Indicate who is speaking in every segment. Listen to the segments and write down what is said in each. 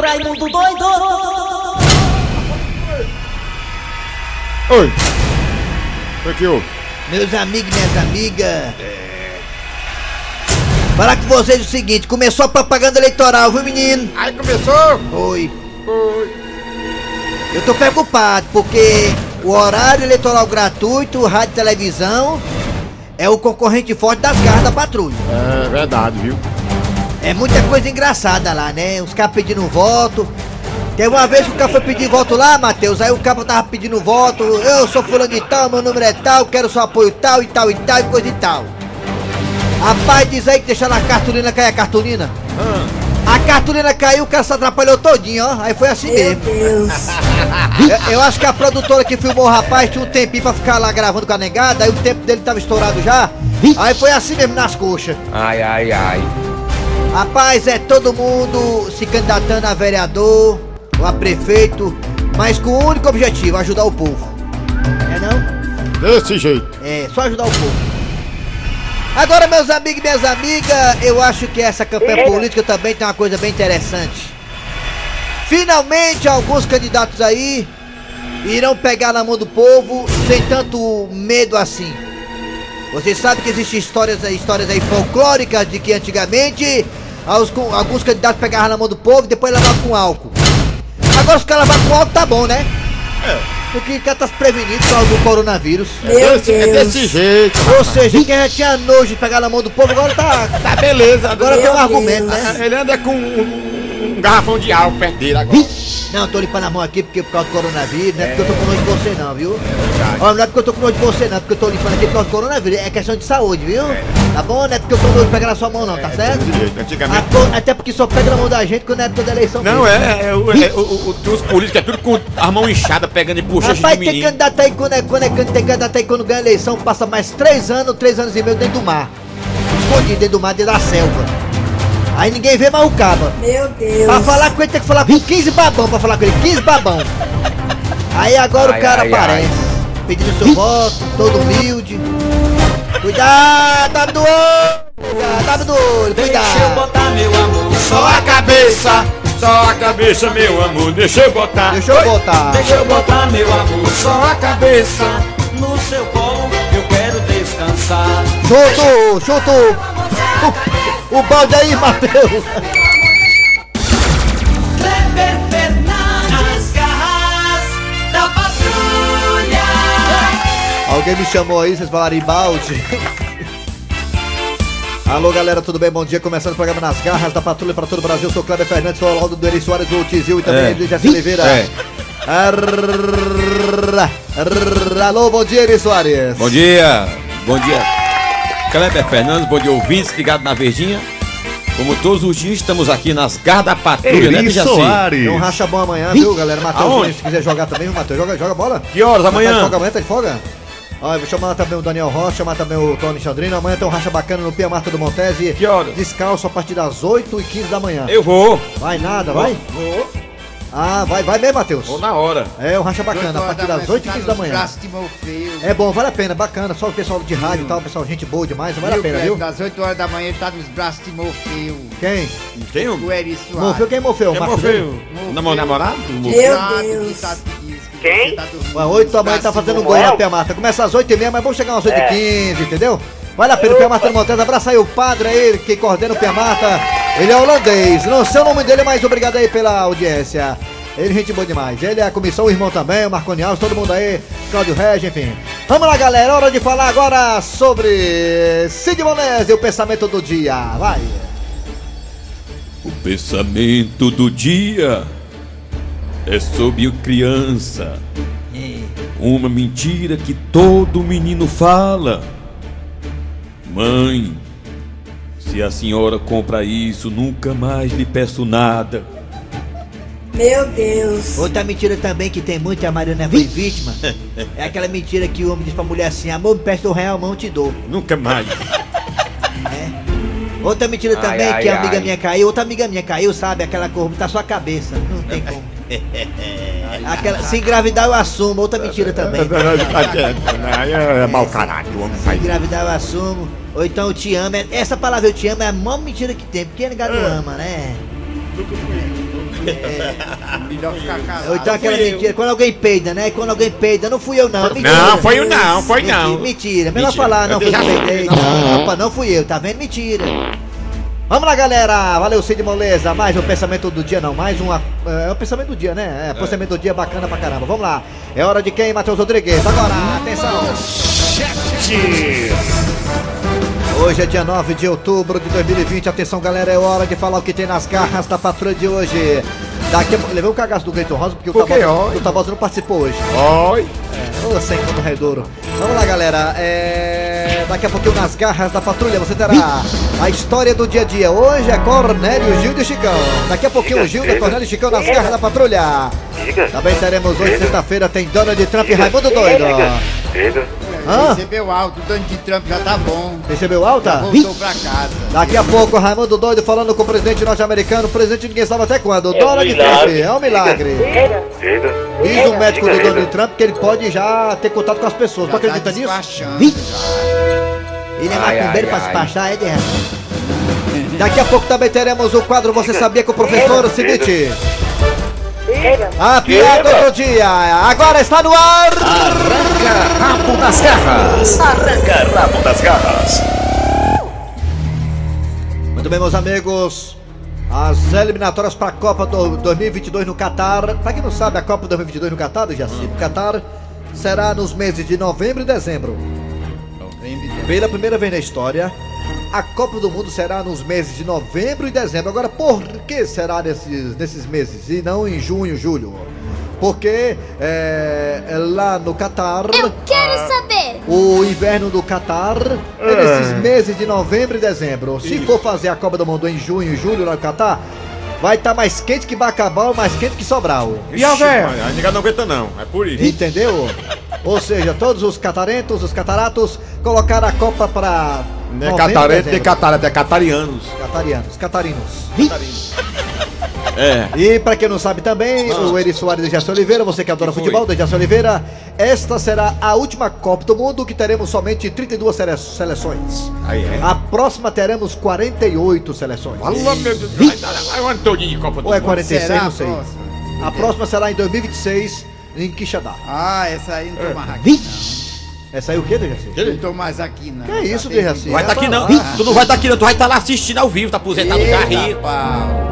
Speaker 1: Raimundo doido!
Speaker 2: Oi! O que houve?
Speaker 3: Meus amigos e minhas amigas. Falar com vocês o seguinte, começou a propaganda eleitoral, viu menino?
Speaker 2: Aí começou!
Speaker 3: Oi.
Speaker 2: Oi!
Speaker 3: Eu tô preocupado porque o horário eleitoral gratuito, rádio e televisão, é o concorrente forte das garras da patrulha.
Speaker 2: É verdade, viu?
Speaker 3: É muita coisa engraçada lá, né? Os caras pedindo voto. Tem uma vez que o cara foi pedir voto lá, Matheus, aí o cara tava pedindo voto, eu sou fulano de tal, meu número é tal, quero seu apoio tal e tal e tal e coisa e tal. Rapaz, diz aí que deixaram a cartolina cair a cartolina. A cartolina caiu, o cara se atrapalhou todinho, ó. Aí foi assim mesmo. Eu, eu acho que a produtora que filmou o rapaz tinha um tempinho pra ficar lá gravando com a negada, aí o tempo dele tava estourado já. Aí foi assim mesmo nas coxas.
Speaker 2: Ai, ai, ai.
Speaker 3: Rapaz, é todo mundo se candidatando a vereador ou a prefeito, mas com o único objetivo, ajudar o povo. É não?
Speaker 2: Desse jeito.
Speaker 3: É, só ajudar o povo. Agora, meus amigos e minhas amigas, eu acho que essa campanha política também tem uma coisa bem interessante. Finalmente, alguns candidatos aí irão pegar na mão do povo sem tanto medo assim. Você sabe que existem histórias, aí- histórias aí folclóricas de que antigamente aos co- alguns candidatos pegavam na mão do povo e depois lavavam com álcool. Agora os caras lavam com álcool tá bom, né? Porque o cara tá se prevenindo por causa do coronavírus.
Speaker 2: é, desse, é desse jeito.
Speaker 3: Ou seja, quem já tinha nojo de pegar na mão do povo agora tá.
Speaker 2: Tá beleza.
Speaker 3: Agora tem um
Speaker 2: Meu
Speaker 3: argumento,
Speaker 2: Deus.
Speaker 4: É,
Speaker 3: né?
Speaker 2: Ele anda com um, um garrafão de álcool perto dele agora.
Speaker 3: Não, eu tô limpando a mão aqui porque por causa do coronavírus, não é porque eu tô com nojo de você não, viu?
Speaker 2: verdade.
Speaker 3: Ó, não é porque eu tô com nojo de você não, é porque eu tô limpando aqui por causa do coronavírus, é questão de saúde, viu? Tá bom? Não é porque eu tô nojo de pegar na sua mão não, tá
Speaker 4: É
Speaker 3: certo?
Speaker 2: Desse jeito. Antigamente.
Speaker 3: Aco- Até porque só pega na mão da gente quando é época da eleição.
Speaker 4: Não,
Speaker 3: mesmo.
Speaker 4: é, é, o- é, o- o- o- os políticos é tudo com a mão inchada pegando e puxando de
Speaker 3: Rapaz, tem
Speaker 4: menino.
Speaker 3: candidato aí quando é, quando é can- tem candidato aí quando ganha eleição, passa mais três anos, três anos e meio dentro do mar. Escondido dentro do mar, dentro da selva. Aí ninguém vê mais o caba.
Speaker 1: Meu Deus!
Speaker 3: Pra falar com ele tem que falar com 15 babão pra falar com ele, 15 babão. Aí agora
Speaker 4: Ai,
Speaker 3: o cara
Speaker 4: ai,
Speaker 3: aparece, pedindo seu voto, todo humilde. Cuidado, abre do olho! Cuidado, abre do olho, cuidado!
Speaker 5: botar meu amor.
Speaker 4: Só a cabeça, só a cabeça, meu amor, deixa eu botar.
Speaker 3: Deixa eu botar.
Speaker 5: Deixa eu botar meu amor.
Speaker 4: Só a cabeça.
Speaker 5: No seu colo eu quero descansar.
Speaker 3: Chuto, chuto! O, o balde aí, Matheus!
Speaker 1: Kleber Fernandes!
Speaker 5: Garras da patrulha.
Speaker 3: Alguém me chamou aí, vocês falaram em balde. Alô galera, tudo bem? Bom dia. Começando o programa Nas Garras da Patrulha para todo o Brasil. Eu sou Cláudio Fernandes, sou ao lado do Eri Soares, do Tizil e também
Speaker 4: É.
Speaker 3: do Jacir Oliveira.
Speaker 4: É.
Speaker 3: Arrrrrra, arrrrrra. Alô, bom dia, Eri Soares.
Speaker 4: Bom dia, bom dia. Kleber Fernandes, bom dia ouvintes, ligado na Verdinha. Como todos os dias, estamos aqui nas garras da patrulha, né,
Speaker 6: Eri
Speaker 4: Jaci?
Speaker 6: Soares.
Speaker 3: Tem um racha bom amanhã, viu, galera? Matheus,
Speaker 4: Aonde?
Speaker 3: se quiser jogar também, viu, Matheus? Joga, joga bola.
Speaker 4: Que horas
Speaker 3: Tá de
Speaker 4: amanhã?
Speaker 3: folga amanhã, tá de folga? Ó, eu vou chamar também o Daniel Rocha, chamar também o Tony Chandrino. Amanhã tem um racha bacana no Pia Marta do Montese.
Speaker 4: Que horas?
Speaker 3: Descalço a partir das 8h15 da manhã.
Speaker 4: Eu vou.
Speaker 3: Vai nada, vai?
Speaker 2: Vou,
Speaker 3: Ah, vai, vai mesmo, Matheus.
Speaker 4: Vou na hora.
Speaker 3: É um racha bacana, a partir das 8h15 da manhã.
Speaker 7: Braço de meu filho.
Speaker 3: É bom, vale a pena, bacana. Só o pessoal de rádio e tal, pessoal, gente boa demais, vale a pena,
Speaker 7: Kleber?
Speaker 3: viu?
Speaker 7: Das 8 horas da manhã ele tá nos braços de Morfeu.
Speaker 3: Quem?
Speaker 4: Quem? o-
Speaker 7: Do Eri Soares.
Speaker 3: Morfeu, quem morfeu?
Speaker 4: Quem
Speaker 3: Marcos
Speaker 4: morreu?
Speaker 3: Júnior?
Speaker 4: Namo- Namorado?
Speaker 1: Meu
Speaker 7: Claro que
Speaker 1: Deus.
Speaker 7: tá- que diz que
Speaker 8: Quem?
Speaker 7: você Tá dormindo
Speaker 3: Ué, 8 da
Speaker 7: nos
Speaker 3: manhã tá
Speaker 7: braços
Speaker 3: fazendo
Speaker 7: de
Speaker 3: gol na
Speaker 7: Morfeu.
Speaker 3: Pia Marta. Começa às 8h30, mas vamos chegar umas 8h15,
Speaker 8: É.
Speaker 3: entendeu? Vale a pena, o Pia Marta no Montes. Abraça aí o padre aí, que coordena o Pia Marta. Ele é holandês. Não sei o nome dele, mas obrigado aí pela audiência. Ele é gente boa demais. Ele é a comissão, o irmão também, o Marconi Alves, todo mundo aí, Cláudio Regi, enfim. Vamos lá, galera. Hora de falar agora sobre Cid Monese, o pensamento do dia. Vai.
Speaker 4: O pensamento do dia é sobre o criança. É. Uma mentira que todo menino fala. Mãe, se a senhora compra isso, nunca mais lhe peço nada.
Speaker 1: Meu Deus!
Speaker 3: Outra mentira também que tem muito, a Mariana foi vítima. É aquela mentira que o homem diz pra mulher assim: amor, me presta um real, mão, te dou.
Speaker 4: Nunca mais.
Speaker 3: Outra mentira
Speaker 4: Ai,
Speaker 3: também é
Speaker 4: ai,
Speaker 3: que a amiga
Speaker 4: ai.
Speaker 3: minha caiu, outra amiga minha caiu, sabe? Aquela corrupta tá sua cabeça, não tem como. Aquela, se engravidar eu assumo, outra mentira também.
Speaker 2: Aí é, é mau caralho, o homem
Speaker 3: Se
Speaker 2: faz.
Speaker 3: engravidar eu assumo, ou então eu te amo. é- Essa palavra eu te amo é a maior mentira que tem, porque a negada não ama, né?
Speaker 7: Melhor ficar
Speaker 3: Ou então
Speaker 7: calado.
Speaker 3: aquela
Speaker 4: Ah, fui eu.
Speaker 3: mentira, quando alguém peida, né? Quando alguém peida, não fui eu não, mentira.
Speaker 2: Não, foi eu não, foi
Speaker 3: mentira,
Speaker 2: não.
Speaker 3: Mentira, melhor
Speaker 4: Mentira.
Speaker 3: falar,
Speaker 4: Eu
Speaker 3: não, foi eu
Speaker 4: já
Speaker 3: que
Speaker 4: fui,
Speaker 3: peidei.
Speaker 4: não.
Speaker 3: Não, rapaz, não fui eu, tá vendo? Mentira. Vamos lá, galera. Valeu, Cid Moleza. Mais um pensamento do dia, não. Mais uma. É o pensamento do dia, né? É, pensamento do dia bacana pra caramba. Vamos lá. É hora de quem, Matheus Rodrigues? Agora, atenção. Hoje é dia 9 de outubro de 2020. Atenção, galera, é hora de falar o que tem nas garras da patrulha de hoje. Daqui a... pou- Levei um cagaço do Cleiton Rosa porque o
Speaker 2: Por que,
Speaker 3: Tabosa
Speaker 2: ó?
Speaker 3: o Tabosa não participou hoje.
Speaker 2: Oi.
Speaker 3: Ô, sem como redouro. Vamos lá, galera. É... Daqui a pouquinho nas garras da patrulha você terá a história do dia a dia. Hoje é Cornélio, Gildo e Chicão. Daqui a pouquinho o Gildo, é Cornélio e Chicão nas garras da patrulha. Também teremos hoje, sexta-feira, tem Donald Trump e Raimundo Doido. Hã? Ah,
Speaker 7: Recebeu alto, o dano de Trump já tá bom. então.
Speaker 3: Recebeu
Speaker 7: Já
Speaker 3: alta?
Speaker 7: voltou pra casa.
Speaker 3: Daqui a pouco, o Raimundo Doido falando com o presidente norte-americano. O presidente ninguém sabe até quando. O
Speaker 6: É um
Speaker 3: Donald Trump.
Speaker 6: milagre. um
Speaker 3: É um milagre.
Speaker 6: Diga.
Speaker 3: Diz o médico do
Speaker 6: Diga, diga.
Speaker 3: Donald Trump que ele pode já ter contato com as pessoas. Tu
Speaker 7: Já tá
Speaker 3: acredita nisso?
Speaker 7: despachando.
Speaker 3: Ih.
Speaker 7: já.
Speaker 3: Ele é
Speaker 2: Ai,
Speaker 3: macumbeiro
Speaker 2: ai,
Speaker 3: pra
Speaker 2: ai.
Speaker 3: se baixar, é de resto. Daqui a pouco também teremos o quadro Você Sabia que o Professor é o seguinte. A piada do dia. Agora está no ar.
Speaker 4: Rabo das garras.
Speaker 3: Muito bem, meus amigos. As eliminatórias para a Copa do 2022 no Catar. Para quem não sabe, a Copa 2022 no Catar, do Jaci, no Catar, será nos meses de novembro e dezembro. Pela primeira vez na história, a Copa do Mundo será nos meses de novembro e dezembro. Agora, por que será nesses, nesses meses e não em junho, julho? Porque é, é lá no Catar.
Speaker 8: Eu quero saber!
Speaker 3: O inverno do Catar é nesses meses de novembro e dezembro. Se for fazer a Copa do Mundo em junho e julho lá no Catar, vai estar mais quente que Bacabal, mais quente que Sobral.
Speaker 2: E a velha? A nega não aguenta não, é por isso.
Speaker 3: Entendeu? Ou seja, todos os catarentos, os cataratos, colocaram a Copa pra.
Speaker 2: Não é
Speaker 3: novembro e
Speaker 2: catareta, nem
Speaker 3: dezembro.
Speaker 2: catarata, é catarianos.
Speaker 3: Catarianos, catarinos.
Speaker 4: É.
Speaker 3: E pra quem não sabe também, o Eri Soares e Jaci Oliveira, você que adora
Speaker 4: Que foi?
Speaker 3: futebol, da Jaci Oliveira, esta será a última Copa do Mundo que teremos somente 32 sele- seleções.
Speaker 2: Aí é.
Speaker 3: A próxima teremos 48 seleções.
Speaker 2: Alô, meu Deus. Vai
Speaker 4: tá
Speaker 2: dar- vai um ano todinho de Copa do
Speaker 3: Ou é
Speaker 2: Mundo.
Speaker 3: 46,
Speaker 7: Será
Speaker 3: não
Speaker 7: a
Speaker 3: sei.
Speaker 7: próxima?
Speaker 3: A próxima será em 2026 em Quixadá.
Speaker 7: Ah, essa aí não tô mais aqui
Speaker 3: Essa aí o quê, Dejaci?
Speaker 7: não. Não tô mais aqui não.
Speaker 3: Que é isso,
Speaker 7: Já tem
Speaker 3: Dejaci?
Speaker 7: que-
Speaker 4: Vai estar tá aqui não. Tu não vai estar tá aqui não. Tu vai estar lá assistindo ao vivo, tá aposentado no
Speaker 7: Eita,
Speaker 4: carrinho.
Speaker 7: pau.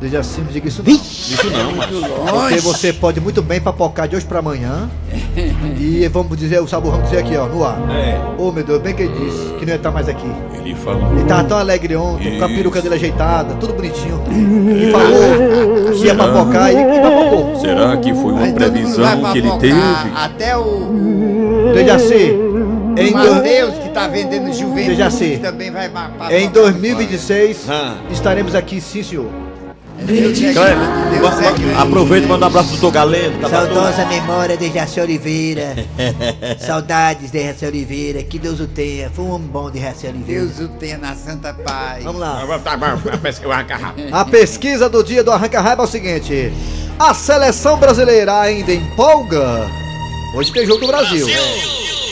Speaker 3: Dejaci, me diga isso não.
Speaker 4: Isso não, mano.
Speaker 3: Porque
Speaker 7: Longe.
Speaker 3: você pode muito bem papocar de hoje pra amanhã. e vamos dizer, o sabor vamos dizer aqui, ó, no ar.
Speaker 4: É.
Speaker 3: Ô meu Deus, bem que ele disse que não ia estar mais aqui.
Speaker 4: Ele falou.
Speaker 3: Ele tava tão alegre ontem, com a peruca dele ajeitada, tudo bonitinho. E falou que ia papocar e, e papocou.
Speaker 4: Será que foi
Speaker 7: Aí todo mundo vai papocar, Até o
Speaker 3: Dejaci, em, do...
Speaker 7: Matheus, que tá vendendo Juventude,
Speaker 3: Dejaci.
Speaker 7: também vai papocar.
Speaker 3: em 2026
Speaker 4: Ah.
Speaker 3: estaremos aqui, sim senhor.
Speaker 7: Deus é
Speaker 4: Kleber,
Speaker 7: grande, Deus
Speaker 4: ma- ma-
Speaker 7: é grande.
Speaker 4: aproveita e manda um abraço pro doutor Galeno. Tá
Speaker 9: Saudosa memória de Jaci Oliveira. Saudades de Jaci Oliveira. Que Deus o tenha. Foi um homem bom de Jaci Oliveira.
Speaker 7: Deus o tenha na santa paz.
Speaker 3: Vamos lá.
Speaker 2: Ah, Tá bom, vai pescar uma garrafa.
Speaker 3: A pesquisa do dia do Arranca Raiva é o seguinte: a seleção brasileira ainda empolga? Hoje tem jogo do Brasil.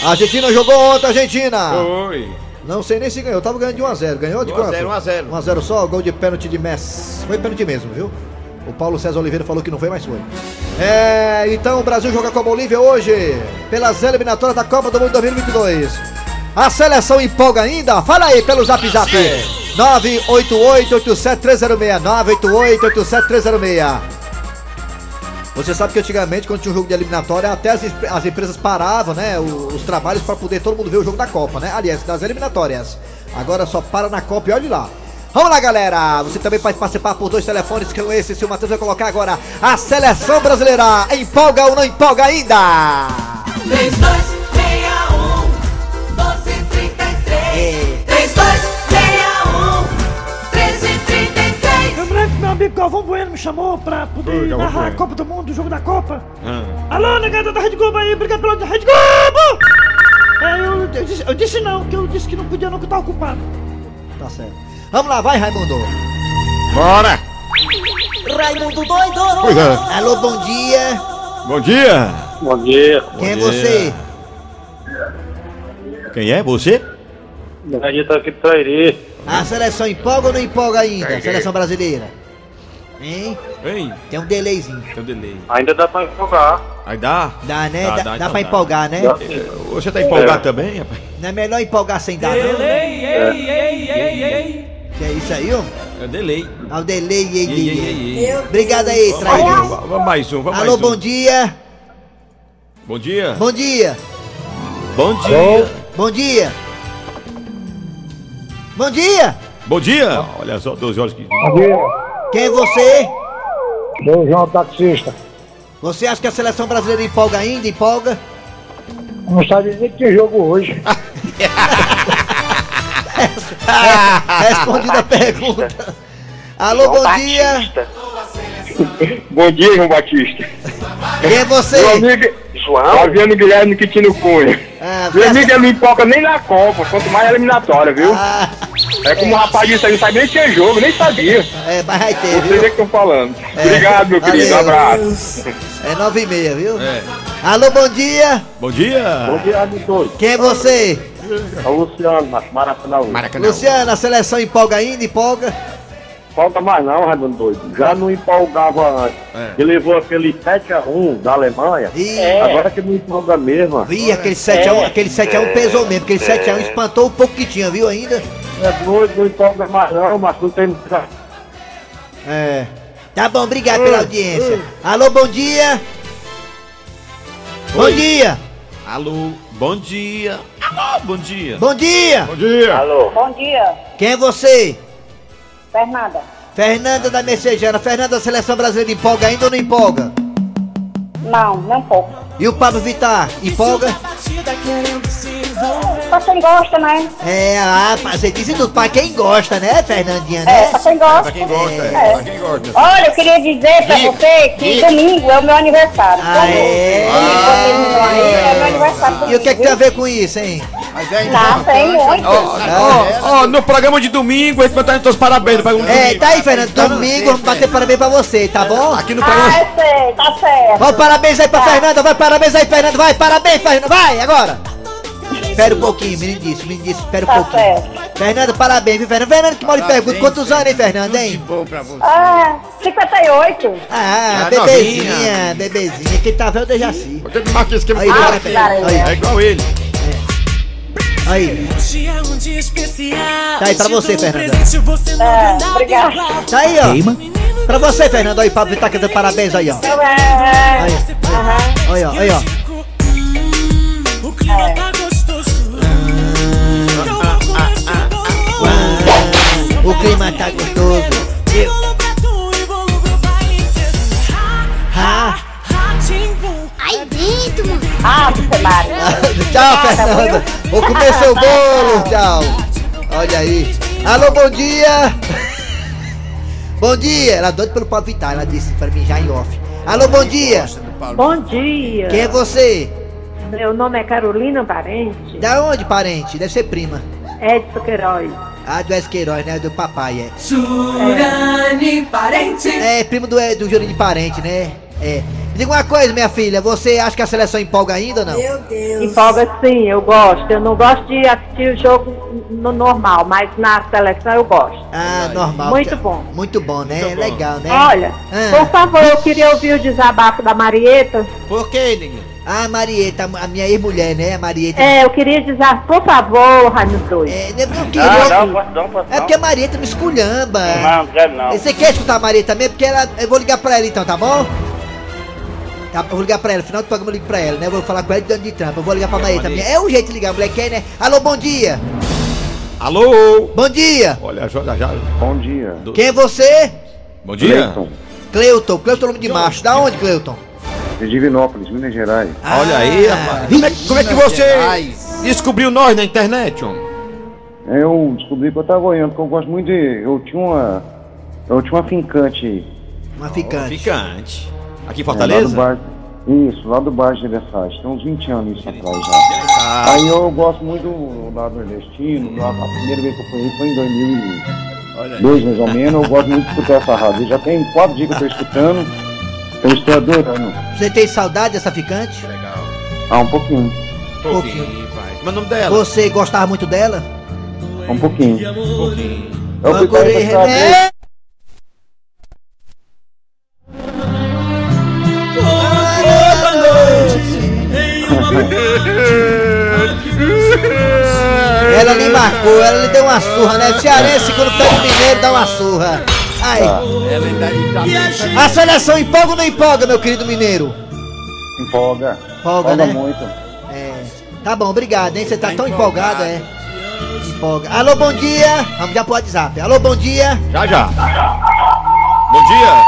Speaker 3: A Argentina jogou ontem, Argentina.
Speaker 2: Oi.
Speaker 3: Não sei nem se ganhou, tava ganhando de 1x0. Ganhou de
Speaker 2: 1 a
Speaker 3: quanto?
Speaker 2: 0, 1 a 0.
Speaker 3: 1x0 só, gol de pênalti de Messi. Foi pênalti mesmo, viu? O Paulo César Oliveira falou que não foi, mas foi. É, então o Brasil joga com a Bolívia hoje, pelas eliminatórias da Copa do Mundo 2022. A seleção empolga ainda? Fala aí pelo zap zap. 988-87306. 988-87306. Você sabe que antigamente, quando tinha um jogo de eliminatória, até as, esp- as empresas paravam, né, o- os, trabalhos para poder todo mundo ver o jogo da Copa, né? Aliás, das eliminatórias. Agora só para na Copa e olhe lá. Vamos lá, galera! Você também pode participar por dois telefones que são esses. Se o Matheus vai colocar agora a seleção brasileira empolga ou não empolga ainda? Tá
Speaker 1: 3261 1233 3261 1333
Speaker 10: Lembrando que meu amigo Galvão Bueno me chamou pra poder
Speaker 2: Oi, Galvão
Speaker 10: narrar
Speaker 2: Bueno.
Speaker 10: a Copa do Mundo, o jogo da Copa.
Speaker 2: Ah.
Speaker 10: Alô, negada da Rede Globo aí, obrigado pela Rede Globo! É, eu, eu disse, eu disse não, que eu disse que não podia não, que eu tava ocupado.
Speaker 3: Tá certo. Vamos lá, vai, Raimundo!
Speaker 2: Bora.
Speaker 1: Raimundo doido
Speaker 2: Pois é.
Speaker 3: Alô, bom dia!
Speaker 2: Bom dia.
Speaker 6: Bom dia.
Speaker 3: Quem é
Speaker 4: dia.
Speaker 3: você?
Speaker 4: Quem é? Você?
Speaker 6: A gente tá aqui pra Iri.
Speaker 3: A seleção empolga ou não empolga ainda? Seleção brasileira? Hein?
Speaker 4: Hein?
Speaker 3: Tem um delayzinho.
Speaker 4: Tem um delay.
Speaker 11: Ainda dá pra jogar.
Speaker 4: Aí dá?
Speaker 3: Dá, né? Dá,
Speaker 4: Dá, dá,
Speaker 3: dá
Speaker 4: então
Speaker 3: pra
Speaker 4: dá.
Speaker 3: empolgar, né?
Speaker 4: Você tá empolgado também, rapaz?
Speaker 3: Não é melhor empolgar sem dar, não? Que é isso aí, ó?
Speaker 4: É delay.
Speaker 3: Ao delay, ei,
Speaker 4: Ei, ei,
Speaker 3: ei, ei.
Speaker 4: ei, ei.
Speaker 3: Obrigado aí,
Speaker 4: Vamos mais um,
Speaker 3: traidor.
Speaker 4: vamos mais um, vamos mais
Speaker 3: Alô,
Speaker 4: um.
Speaker 3: bom dia.
Speaker 4: Bom dia.
Speaker 3: Bom dia.
Speaker 4: Bom dia.
Speaker 3: Bom dia. Bom dia.
Speaker 4: Bom dia. Olha só, 12 horas que...
Speaker 3: Quem é você?
Speaker 8: Sou o João Taxista.
Speaker 3: Você acha que a seleção brasileira empolga ainda? Empolga?
Speaker 8: Não sabe nem que tem jogo hoje.
Speaker 3: Respondida a pergunta. Alô, bom dia.
Speaker 8: Bom dia, João Batista.
Speaker 3: Quem é você?
Speaker 8: amigo
Speaker 11: João?
Speaker 8: Flaviano Guilherme Quitino Cunha.
Speaker 3: Ah,
Speaker 8: Minha
Speaker 3: você-
Speaker 8: amiga não empoca nem na Copa, quanto mais eliminatória, viu?
Speaker 3: Ah,
Speaker 8: É como um rapaz disse aí, não sabe nem que é jogo, nem sabia.
Speaker 3: é, mas vai ter,
Speaker 8: Vocês é que
Speaker 3: viu?
Speaker 8: estão falando. Obrigado, meu querido. Um
Speaker 3: valeu.
Speaker 8: abraço.
Speaker 3: É nove e meia, viu?
Speaker 4: É.
Speaker 3: Alô, bom dia.
Speaker 4: Bom dia.
Speaker 8: dia, Vitor.
Speaker 3: Quem é você?
Speaker 8: É o Luciano, Maracanã.
Speaker 6: Maracanã.
Speaker 3: Luciana, a seleção empolga ainda? Empolga?
Speaker 8: Falta mais não, Raimundo Doido. Já não empolgava antes. Que levou aquele 7x1 da Alemanha.
Speaker 3: Ih,
Speaker 8: Agora que não empolga mesmo.
Speaker 3: Ih, aquele 7x1 aquele 7x1 pesou mesmo, aquele 7x1 espantou o pouco que tinha, viu ainda?
Speaker 8: É doido, não empolga mais não, mas não tem...
Speaker 3: É. Tá bom, obrigado pela audiência. Alô, bom dia! Bom
Speaker 4: Oi.
Speaker 3: dia!
Speaker 4: Alô, bom dia. Alô, bom dia.
Speaker 3: Bom dia!
Speaker 6: Bom dia.
Speaker 12: Bom dia,
Speaker 3: Quem é você?
Speaker 12: Fernanda.
Speaker 3: Fernanda da Messejana. Fernanda, a seleção brasileira empolga ainda ou não empolga?
Speaker 12: Não, nem pouco.
Speaker 3: E o Pablo Vittar, empolga?
Speaker 12: Pra quem gosta, né?
Speaker 3: É, ah, você disse tudo pra quem gosta, né, Fernandinha,
Speaker 12: É,
Speaker 3: né?
Speaker 12: pra quem gosta.
Speaker 6: Pra quem gosta, é.
Speaker 12: É.
Speaker 6: Pra quem gosta.
Speaker 12: Olha, eu queria dizer pra
Speaker 6: Diga,
Speaker 12: você que
Speaker 6: diga.
Speaker 12: domingo é o meu aniversário.
Speaker 3: Ah,
Speaker 12: Domingo,
Speaker 3: é?
Speaker 12: domingo, vocês me dão aí, é meu aniversário.
Speaker 3: E o que é que tem a
Speaker 12: domingo,
Speaker 3: ver com isso, hein?
Speaker 7: Mas é
Speaker 12: Não, Tá, tem
Speaker 7: importante,
Speaker 12: muito.
Speaker 4: Ó, no programa de domingo, a gente vai estar todos parabéns. Vai um
Speaker 3: É, tá aí, Fernando. Domingo vamos bater parabéns pra você, tá bom?
Speaker 6: Aqui no
Speaker 12: viu? Ah,
Speaker 6: programa.
Speaker 12: eu sei, tá certo.
Speaker 3: Vai, parabéns aí pra Fernanda, vai, parabéns aí, Fernanda, vai, parabéns, Fernanda, vai, agora! Espera um pouquinho, menino disse, menino disse, espera um
Speaker 12: Tá
Speaker 3: pouquinho. Fernanda, parabéns, viu, Fernanda? Fernanda, que mole pergunta, quantos anos, hein, Fernanda, hein?
Speaker 7: Bom pra você.
Speaker 12: Ah, 58.
Speaker 3: Ah,
Speaker 6: Ah,
Speaker 3: bebezinha, bebezinha, quem tá vendo é o Dejaci.
Speaker 6: Por que tu marca esse esquema
Speaker 3: Aí,
Speaker 6: com
Speaker 12: Ah,
Speaker 3: agora,
Speaker 6: ela?
Speaker 12: que cara,
Speaker 3: aí,
Speaker 6: É igual ele.
Speaker 3: aí,
Speaker 1: é um Tá aí pra você, Fernanda. É,
Speaker 12: obrigada.
Speaker 3: tá aí, ó. Pra você, Fernanda, aí, Pablo tá cantando parabéns aí, ó.
Speaker 12: Eu, é,
Speaker 3: Aí, aí, ó, aí, ó.
Speaker 1: O clima tá gostoso. Ah,
Speaker 3: O clima tá gostoso. Eu. Ah,
Speaker 1: Ai, dentro, mano.
Speaker 12: Ah, você Mário.
Speaker 3: tchau, Fernanda. Vou comer seu bolo, tchau. Olha aí. Alô, bom dia. Bom dia. Ela é doida pelo Pablo Vittar, ela disse pra mim já em off. Alô, bom dia.
Speaker 12: Bom dia.
Speaker 3: Quem é você?
Speaker 12: Meu nome é Carolina Parente.
Speaker 3: Da onde, parente? Deve ser prima.
Speaker 12: Edson Queiroz.
Speaker 3: Ah, do Esqueiroz, né? Do papai, é.
Speaker 1: Jurani, parente.
Speaker 3: É, primo do, é, do júri de parente, né? É. Me diga uma coisa, minha filha, você acha que a seleção empolga ainda ou não?
Speaker 12: Empolga sim, eu gosto. Eu não gosto de assistir o jogo no normal, mas na seleção eu gosto.
Speaker 3: Ah, normal.
Speaker 12: Muito
Speaker 3: porque-
Speaker 12: bom.
Speaker 3: Muito bom, né?
Speaker 4: Muito bom.
Speaker 3: Legal, né?
Speaker 12: Olha,
Speaker 3: Ah.
Speaker 12: por favor, eu queria ouvir o desabafo da Marieta.
Speaker 4: Por que, ninguém?
Speaker 3: Ah, Marieta, a minha ex-mulher, né? A Marieta.
Speaker 12: É, eu queria dizer, por favor, Raimundo Doido.
Speaker 3: É, eu não queria. é porque a Marieta me esculhamba.
Speaker 8: quero não.
Speaker 3: Você quer escutar a Marieta mesmo? Porque ela. Eu vou ligar pra ela então, tá bom? Tá, eu vou ligar pra ela, final do programa eu ligo pra ela, né? Eu vou falar com ela de dando de trampa. Eu vou ligar pra Marieta minha. É o jeito de ligar, a mulher quer, né? Alô, bom dia!
Speaker 4: Alô.
Speaker 3: Bom dia!
Speaker 4: Olha, joga já.
Speaker 8: Bom dia.
Speaker 3: Quem é você?
Speaker 4: Bom dia.
Speaker 8: Cleiton,
Speaker 3: Cleuton, Cleuton é nome de macho. Da onde, Cleuton?
Speaker 8: de Divinópolis, Minas Gerais.
Speaker 4: Olha aí, rapaz. Como é, como é que você
Speaker 7: Gerais.
Speaker 4: descobriu nós na internet, homem?
Speaker 8: Eu descobri que eu tava olhando, porque eu gosto muito de... Eu tinha uma... Eu tinha uma fincante...
Speaker 3: Uma ficante.
Speaker 4: Ficante. Aqui em
Speaker 8: É,
Speaker 4: Fortaleza?
Speaker 8: lá do bairro- isso, lá do bairro de Elefante. Tem uns 20 anos isso atrás já.
Speaker 4: Ah,
Speaker 8: Aí eu gosto muito do lado nordestino. lá, A primeira vez que eu conheci foi em 2002,
Speaker 4: olha aí.
Speaker 8: mais ou menos. Eu gosto muito de escutar essa rádio. Já tem quatro dias que eu tô escutando. Eu estou adorando.
Speaker 3: Você tem saudade dessa ficante?
Speaker 6: Legal.
Speaker 8: Ah, um pouquinho.
Speaker 4: Pouquinho, pai. Como é o nome dela?
Speaker 3: Você gostava muito dela?
Speaker 8: Um pouquinho.
Speaker 4: Pouquinho.
Speaker 8: Eu fui pra
Speaker 3: Procurei
Speaker 8: essa rádio.
Speaker 3: remédio. Ela me marcou, ela lhe deu uma surra, né? Cearense, quando pega o mineiro, dá uma surra. Aí.
Speaker 13: Ela ainda está
Speaker 3: A seleção empolga ou não empolga, meu querido mineiro?
Speaker 10: Empolga.
Speaker 3: Empolga, né?
Speaker 10: muito.
Speaker 3: É. Tá bom, obrigado, hein? Você tá tão empolgado, é. Empolga. Alô, bom dia. Vamos já pro WhatsApp. Alô, bom dia.
Speaker 4: Já, já. Bom dia.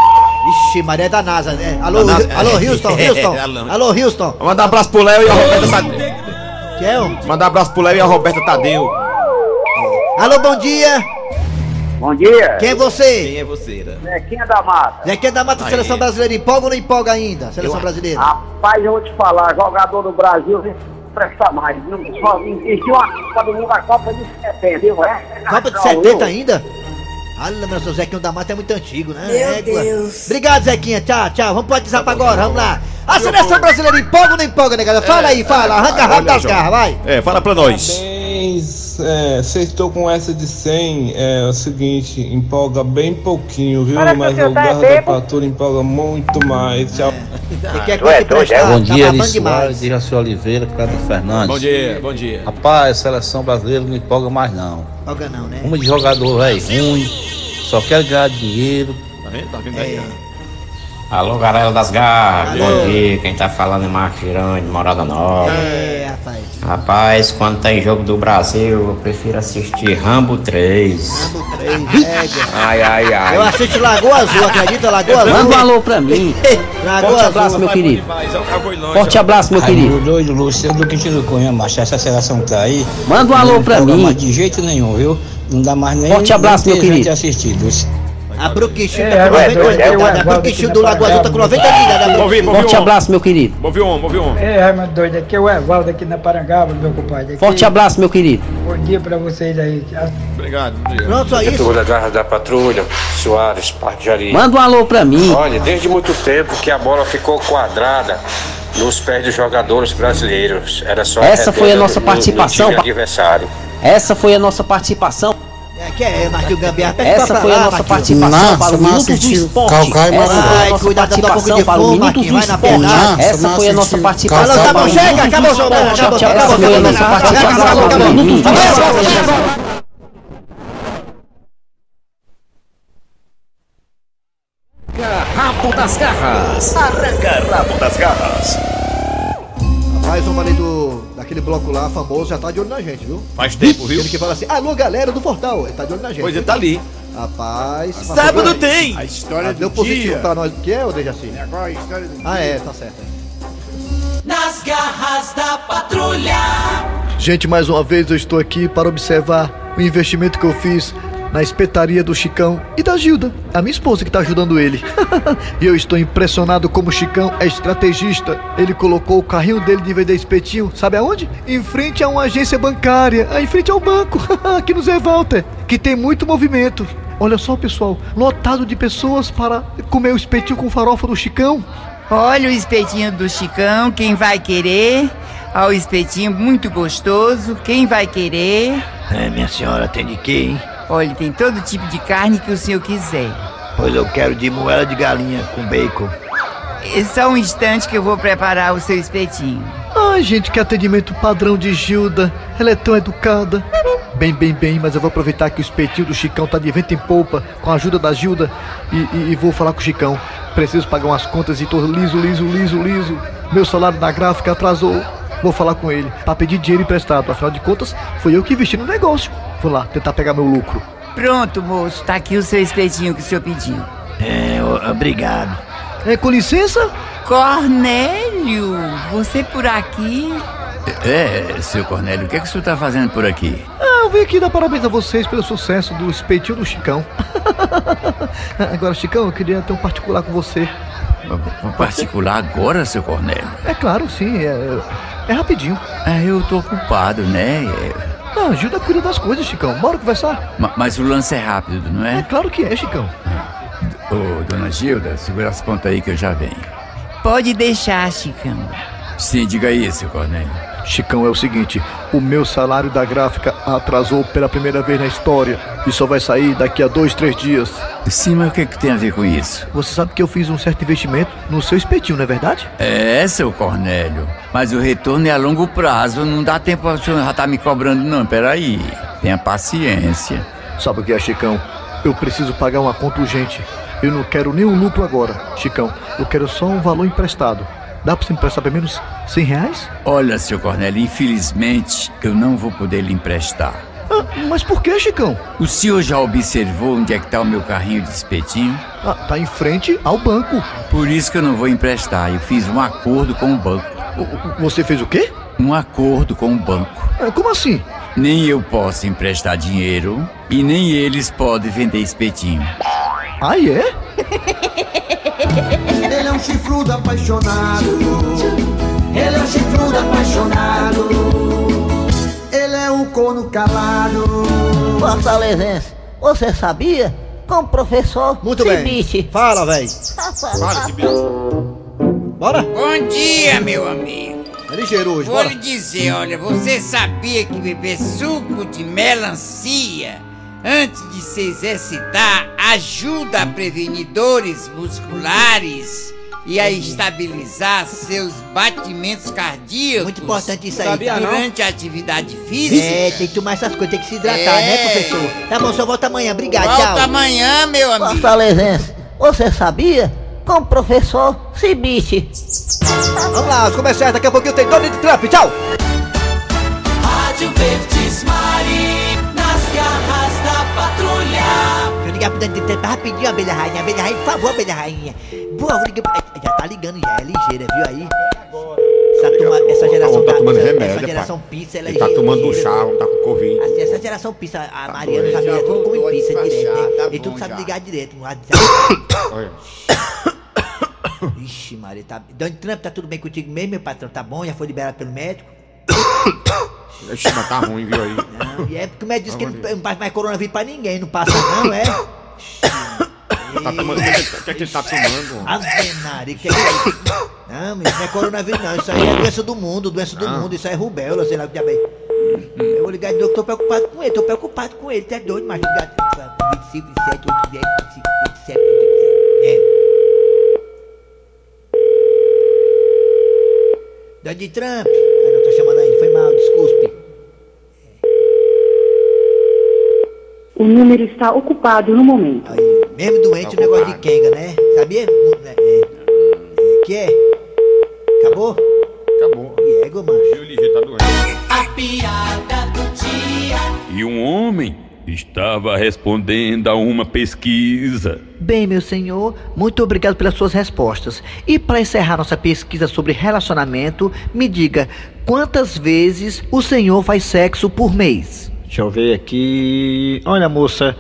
Speaker 3: Vixe, Maria é da NASA, né? Alô,
Speaker 4: Da
Speaker 3: Hu-
Speaker 4: NASA.
Speaker 3: alô, Houston, Houston.
Speaker 4: Alô.
Speaker 3: Alô, Houston.
Speaker 4: Mandar um abraço pro Léo e a Roberta Tadeu.
Speaker 3: Que é o-
Speaker 4: Mandar um abraço pro Léo e a Roberta Tadeu.
Speaker 3: Alô, bom dia.
Speaker 10: Bom dia.
Speaker 3: Quem é você?
Speaker 4: Quem é você, né?
Speaker 10: Zequinha da Mata.
Speaker 3: Zequinha é da Mata,
Speaker 4: Aí.
Speaker 3: seleção brasileira. Empolga ou não empolga ainda? Seleção
Speaker 4: Eu-
Speaker 3: brasileira.
Speaker 8: Ah,
Speaker 10: Rapaz, eu vou te falar, jogador do Brasil não presta mais, viu? Só existiu a Copa do Mundo, a Copa de 70, viu? É.
Speaker 3: Copa de 70 ainda? Olha, meu seu Zequinho da Mata é muito antigo, né?
Speaker 1: Meu
Speaker 3: Égua.
Speaker 1: Deus.
Speaker 3: Obrigado, Zequinha. Tchau, tchau. Vamos pro
Speaker 4: Tá
Speaker 3: WhatsApp agora, vamos lá. A seleção brasileira empolga ou não empolga, negada? Fala aí, fala. Arranca
Speaker 4: É. Olha,
Speaker 3: rabo das
Speaker 4: João.
Speaker 3: garras, vai.
Speaker 4: É, fala pra nós.
Speaker 6: Parabéns, é, vocês estão com essa de 100, é o seguinte, empolga bem pouquinho, viu?
Speaker 12: Parece que
Speaker 6: Mas
Speaker 12: você
Speaker 6: o é
Speaker 12: tá
Speaker 6: Garra da
Speaker 12: bêbado.
Speaker 6: Patrulha empolga muito mais, tchau.
Speaker 3: Você quer que
Speaker 10: tu é
Speaker 3: eu te
Speaker 10: doido,
Speaker 3: preste?
Speaker 10: é?
Speaker 3: Tá
Speaker 8: Bom dia,
Speaker 3: babando
Speaker 8: Elis
Speaker 3: demais.
Speaker 8: Soares, Jaci Oliveira, Cleber Fernandes.
Speaker 4: Bom dia, bom dia.
Speaker 8: Rapaz, a seleção brasileira não empolga mais não.
Speaker 3: Empolga não, né?
Speaker 8: Uma de jogador velho ruim, só quer ganhar dinheiro.
Speaker 4: Tá vendo? Tá vendo aí?
Speaker 3: É.
Speaker 4: ó?
Speaker 14: Alô, galera das garras,
Speaker 3: Alô.
Speaker 14: bom dia. Quem tá falando é Marco Girão, de Morada Nova.
Speaker 3: É, rapaz.
Speaker 14: Rapaz, quando tem jogo do Brasil, eu prefiro assistir Rambo 3.
Speaker 3: Rambo três, égua.
Speaker 14: Ai, ai, ai.
Speaker 3: Eu assisto Lagoa Azul, acredita? Lagoa Azul.
Speaker 8: um alô pra mim.
Speaker 3: Lagoa Azul.
Speaker 8: meu querido.
Speaker 4: Mas é o cowboy longe.
Speaker 8: abraço, meu
Speaker 6: Meu doido, Luciano do Quintino Cunha, macho, essa seleção tá aí.
Speaker 8: Manda um alô pra
Speaker 6: empolga
Speaker 8: mim.
Speaker 6: mais de jeito nenhum, viu? Não dá mais nem.
Speaker 8: Forte abraço,
Speaker 6: nem
Speaker 8: meu
Speaker 6: ter gente
Speaker 8: querido.
Speaker 6: assistindo.
Speaker 3: A Bruquichu
Speaker 10: É,
Speaker 3: tá com
Speaker 10: é,
Speaker 3: 98
Speaker 10: é, é,
Speaker 3: ligadas.
Speaker 10: é,
Speaker 3: A Bruquichu do Lagoa Azul tá com 90 ligadas.
Speaker 4: Vou ouvir, vou ouvir um.
Speaker 8: abraço, meu querido.
Speaker 4: Vou ouvir um, vou ouvir um.
Speaker 6: É, meu doido, aqui é o Evaldo aqui na Parangaba, meu compadre.
Speaker 8: abraço, meu querido.
Speaker 6: Bom dia pra vocês aí.
Speaker 4: Obrigado. bom dia.
Speaker 3: Pronto, só isso.
Speaker 10: da Garra da Patrulha, Soares, Pardiari.
Speaker 8: Manda um alô pra mim.
Speaker 10: Olha, desde muito tempo que a bola ficou quadrada nos pés dos jogadores brasileiros. Era só
Speaker 8: Essa foi a
Speaker 10: redonda
Speaker 8: nossa
Speaker 10: no-
Speaker 8: participação.
Speaker 10: No time adversário.
Speaker 8: Essa foi a nossa participação.
Speaker 3: É, que é, Marquinhos Gambiarra. Pega
Speaker 8: Essa
Speaker 3: pra
Speaker 8: foi a
Speaker 3: lá,
Speaker 8: nossa
Speaker 3: Marquinhos.
Speaker 8: participação para o Minuto do Esporte. Essa foi a
Speaker 3: Ai,
Speaker 8: nossa
Speaker 3: cuidado, dá um pouco de
Speaker 8: participação para o
Speaker 3: fome,
Speaker 8: Minuto
Speaker 3: Marquinhos,
Speaker 8: do
Speaker 3: vai na
Speaker 8: Esporte.
Speaker 3: pernada.
Speaker 8: Essa foi a nossa
Speaker 3: Alô,
Speaker 8: participação
Speaker 3: tá
Speaker 8: para
Speaker 3: bom,
Speaker 8: o Minuto
Speaker 3: chega,
Speaker 8: do
Speaker 3: acabou o jogo,
Speaker 8: Esporte.
Speaker 3: acabou, acabou,
Speaker 8: Essa foi a
Speaker 3: acabou,
Speaker 8: nossa
Speaker 3: acabou,
Speaker 8: participação
Speaker 3: acabou,
Speaker 8: para
Speaker 3: acabou.
Speaker 8: o Minuto do
Speaker 3: Acabou,
Speaker 8: Esporte.
Speaker 3: acabou.
Speaker 15: Rabo das garras. Arranca rabo das garras.
Speaker 3: Mais um ali do, daquele bloco lá famoso já tá de olho na gente, viu?
Speaker 4: Faz tempo, viu?
Speaker 3: Ele que fala assim, alô galera do Portal, ele tá de olho na gente.
Speaker 4: Pois ele tá ali.
Speaker 3: Rapaz,
Speaker 1: Sábado tem.
Speaker 13: A
Speaker 3: Ah,
Speaker 13: história
Speaker 3: Deu
Speaker 13: do
Speaker 3: positivo
Speaker 13: dia.
Speaker 3: pra nós, que é, ô Dejaci?
Speaker 13: Agora a história do
Speaker 3: Ah é, tá certo.
Speaker 1: Nas garras da patrulha.
Speaker 3: Gente, mais uma vez eu estou aqui para observar o investimento que eu fiz na espetaria do Chicão e da Gilda, a minha esposa que está ajudando ele. e eu estou impressionado como o Chicão é estrategista. Ele colocou o carrinho dele de vender espetinho, sabe aonde? Em frente a uma agência bancária, ah, em frente ao banco, aqui no Zé Walter, que tem muito movimento. Olha só, pessoal, lotado de pessoas para comer o espetinho com farofa do Chicão.
Speaker 7: Olha o espetinho do Chicão, quem vai querer? Olha o espetinho muito gostoso, quem vai querer?
Speaker 6: É, minha senhora, tem de quê, hein?
Speaker 7: Olha, tem todo tipo de carne que o senhor quiser.
Speaker 6: Pois eu quero de moela de galinha com bacon.
Speaker 7: É só um instante que eu vou preparar o seu espetinho.
Speaker 3: Ai, gente, que atendimento padrão de Gilda. Ela é tão educada. Bem, bem, bem, mas eu vou aproveitar que o espetinho do Chicão tá de vento em polpa com a ajuda da Gilda e, e- e vou falar com o Chicão. Preciso pagar umas contas e tô liso, liso, liso, liso. Meu salário na gráfica atrasou. Vou falar com ele pra pedir dinheiro emprestado. Afinal de contas, foi eu que investi no negócio. Vou lá tentar pegar meu lucro.
Speaker 7: Pronto, moço, tá aqui o seu espetinho que o senhor pediu.
Speaker 3: É, com licença?
Speaker 7: Cornélio, você por aqui?
Speaker 6: É, seu Cornélio, o que, é que o senhor tá fazendo por aqui?
Speaker 3: Ah, eu vim aqui dar parabéns a vocês pelo sucesso do espetinho do Chicão. Agora, Chicão, eu queria ter um particular com você.
Speaker 6: Um Particular agora, seu Cornélio?
Speaker 3: É claro, sim, é, é rapidinho.
Speaker 6: Ah, eu tô ocupado, né? É,
Speaker 3: Não, ajuda a cuidar das coisas, Chicão. Bora conversar?
Speaker 6: ma- Mas o lance é rápido, não
Speaker 3: É
Speaker 6: é?
Speaker 3: claro que é, Chicão.
Speaker 6: Ô, dona Gilda, segura as pontas aí que eu já venho.
Speaker 7: Pode deixar, Chicão.
Speaker 6: Sim, diga aí, seu Cornélio.
Speaker 3: Chicão é o seguinte: o meu salário da gráfica atrasou pela primeira vez na história.
Speaker 16: e só vai sair daqui a dois, três dias.
Speaker 7: Sim, mas o que, é que tem a ver com isso?
Speaker 16: Você sabe que eu fiz um certo investimento no seu espetinho, não é verdade?
Speaker 7: É, seu Cornélio. Mas o retorno é a longo prazo, não dá tempo o senhor já tá me cobrando, não. Peraí. Tenha paciência.
Speaker 16: Sabe o que é, Chicão? Eu preciso pagar uma conta urgente. Eu não quero nenhum lucro agora, Chicão. Eu quero só um valor emprestado. Dá pra você emprestar pelo menos 100 reais?
Speaker 7: Olha, seu Cornélio, infelizmente eu não vou poder lhe emprestar.
Speaker 16: Ah, mas por que, Chicão?
Speaker 7: O senhor já observou onde é que tá o meu carrinho de espetinho?
Speaker 16: Ah, tá em frente ao banco.
Speaker 7: Por isso que eu não vou emprestar. Eu fiz um acordo com o banco.
Speaker 16: O, você fez o quê?
Speaker 7: Um acordo com o banco.
Speaker 16: Ah, como assim?
Speaker 7: Nem eu posso emprestar dinheiro e nem eles podem vender espetinho.
Speaker 16: Ah, é? Yeah?
Speaker 17: Ele é um chifrudo apaixonado. Ele é um chifrudo apaixonado. Ele é um corno calado.
Speaker 3: Fortalezense, você sabia? Com o professor
Speaker 6: Muito Cibite. bem. Fala, velho.
Speaker 4: Fala, Cibite.
Speaker 6: Bora.
Speaker 18: Bom dia, meu amigo.
Speaker 6: É ligeiro hoje,
Speaker 18: Vou
Speaker 6: bora.
Speaker 18: lhe dizer, olha, você sabia que beber suco de melancia antes de se exercitar ajuda a prevenir dores musculares e a estabilizar seus batimentos cardíacos.
Speaker 3: Muito importante isso aí.
Speaker 18: Sabia, durante a atividade física.
Speaker 3: É, tem que tomar essas coisas, tem que se hidratar,
Speaker 18: É.
Speaker 3: né, professor? Tá bom, só volta amanhã. Obrigado,
Speaker 18: Volta
Speaker 3: tchau.
Speaker 18: amanhã, meu amigo.
Speaker 3: Fortalezense, você sabia? Com o professor Cibite.
Speaker 6: Vamos lá, os comerciais. Daqui a pouquinho tem Donald Trump. Tchau.
Speaker 1: Rádio Verdes Mari, nas garras da patrulha.
Speaker 3: Deixa eu ligar pro Dante Tempo rapidinho, abelha rainha. Abelha rainha, por favor, abelha rainha. Boa, liga pra... Já tá ligando já, é ligeira, viu aí? Essa, turma- essa
Speaker 4: O
Speaker 3: geração
Speaker 4: homem tá tomando
Speaker 3: essa-
Speaker 4: remédio,
Speaker 3: Essa
Speaker 4: pai.
Speaker 3: geração pizza, ela é
Speaker 4: Ele tá tomando um
Speaker 3: ligeira.
Speaker 4: chá, não tá com Covid.
Speaker 3: Assim, essa geração pizza, a
Speaker 6: Tá
Speaker 3: Mariana já vira tudo como pizza direto, né? e tudo sabe ligar direto no WhatsApp. Ixi, Maria, tá... Donald Trump, tá tudo bem contigo mesmo, meu patrão? Tá bom? Já foi liberado pelo médico?
Speaker 4: Ixi, mas tá ruim, viu aí?
Speaker 3: Não, e é porque o médico disse que ele não passa mais coronavírus pra ninguém, não passa não, é?
Speaker 4: Tá tomando... O que é que- o que é que ele tá tomando? homem?
Speaker 3: Ave Maria, que é isso? Não, mas isso não é coronavírus não, isso aí é doença do mundo, doença do
Speaker 4: Ah.
Speaker 3: mundo, isso aí é rubéola, sei lá o que diabo é. Eu vou ligar de novo, tô preocupado com ele, tô preocupado com ele, tá doido, mas ligar 25, 27, 8, 10, 25, 27, 27, é. Donald Trump, ah, não tô chamando ainda, foi mal, desculpe.
Speaker 12: O número está ocupado no momento.
Speaker 3: Mesmo doente, o negócio de Kenga, né? Sabia? É, é, é, que é? Acabou?
Speaker 4: Acabou.
Speaker 3: Diego, mano.
Speaker 4: Viu, ligeiro, tá doendo.
Speaker 1: A piada do dia.
Speaker 19: E um homem estava respondendo a uma pesquisa.
Speaker 20: Bem, meu senhor, muito obrigado pelas suas respostas. E para encerrar nossa pesquisa sobre relacionamento, me diga quantas vezes o senhor faz sexo por mês?
Speaker 16: Deixa eu ver aqui. Olha, moça,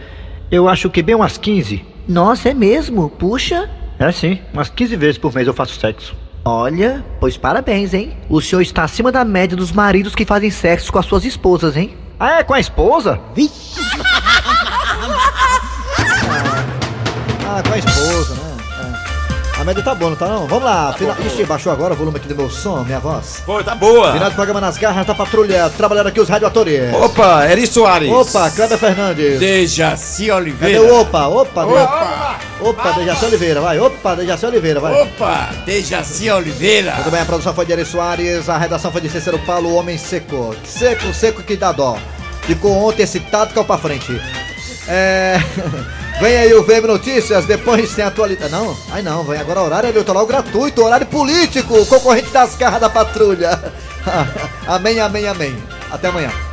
Speaker 16: eu acho que bem umas 15.
Speaker 20: Nossa, é mesmo? Puxa.
Speaker 16: É sim, umas 15 vezes por mês eu faço sexo.
Speaker 20: Olha, pois parabéns, hein? O senhor está acima da média dos maridos que fazem sexo com as suas esposas, hein?
Speaker 16: Ah, é com a esposa?
Speaker 20: Vixe!
Speaker 6: Ah, com a esposa, né? É. A média tá boa, não tá não? Vamos lá. Final... Ixi, baixou agora o volume aqui do meu som, minha voz.
Speaker 21: Foi, tá boa.
Speaker 6: Final do programa nas garras da patrulha. Trabalhando aqui os radioatores.
Speaker 21: Opa, Eri Soares.
Speaker 6: Opa, Cléber Fernandes.
Speaker 19: Dejaci
Speaker 6: Cadê
Speaker 19: Oliveira.
Speaker 6: o opa? Opa, opa. Opa, Dejaci Oliveira, vai. Opa, Dejaci Oliveira, vai.
Speaker 19: Opa, Dejaci Oliveira.
Speaker 6: Tudo bem, a produção foi de Eri Soares, a redação foi de Cícero Paulo, o homem seco. Seco, seco que dá dó. Ficou ontem excitado, caiu pra frente. É. Vem aí o VM Notícias, depois tem atualidade. Ah, Não, ai não, vem agora horário eleitoral gratuito, horário político, concorrente das garras da patrulha. amém, amém, amém. Até amanhã.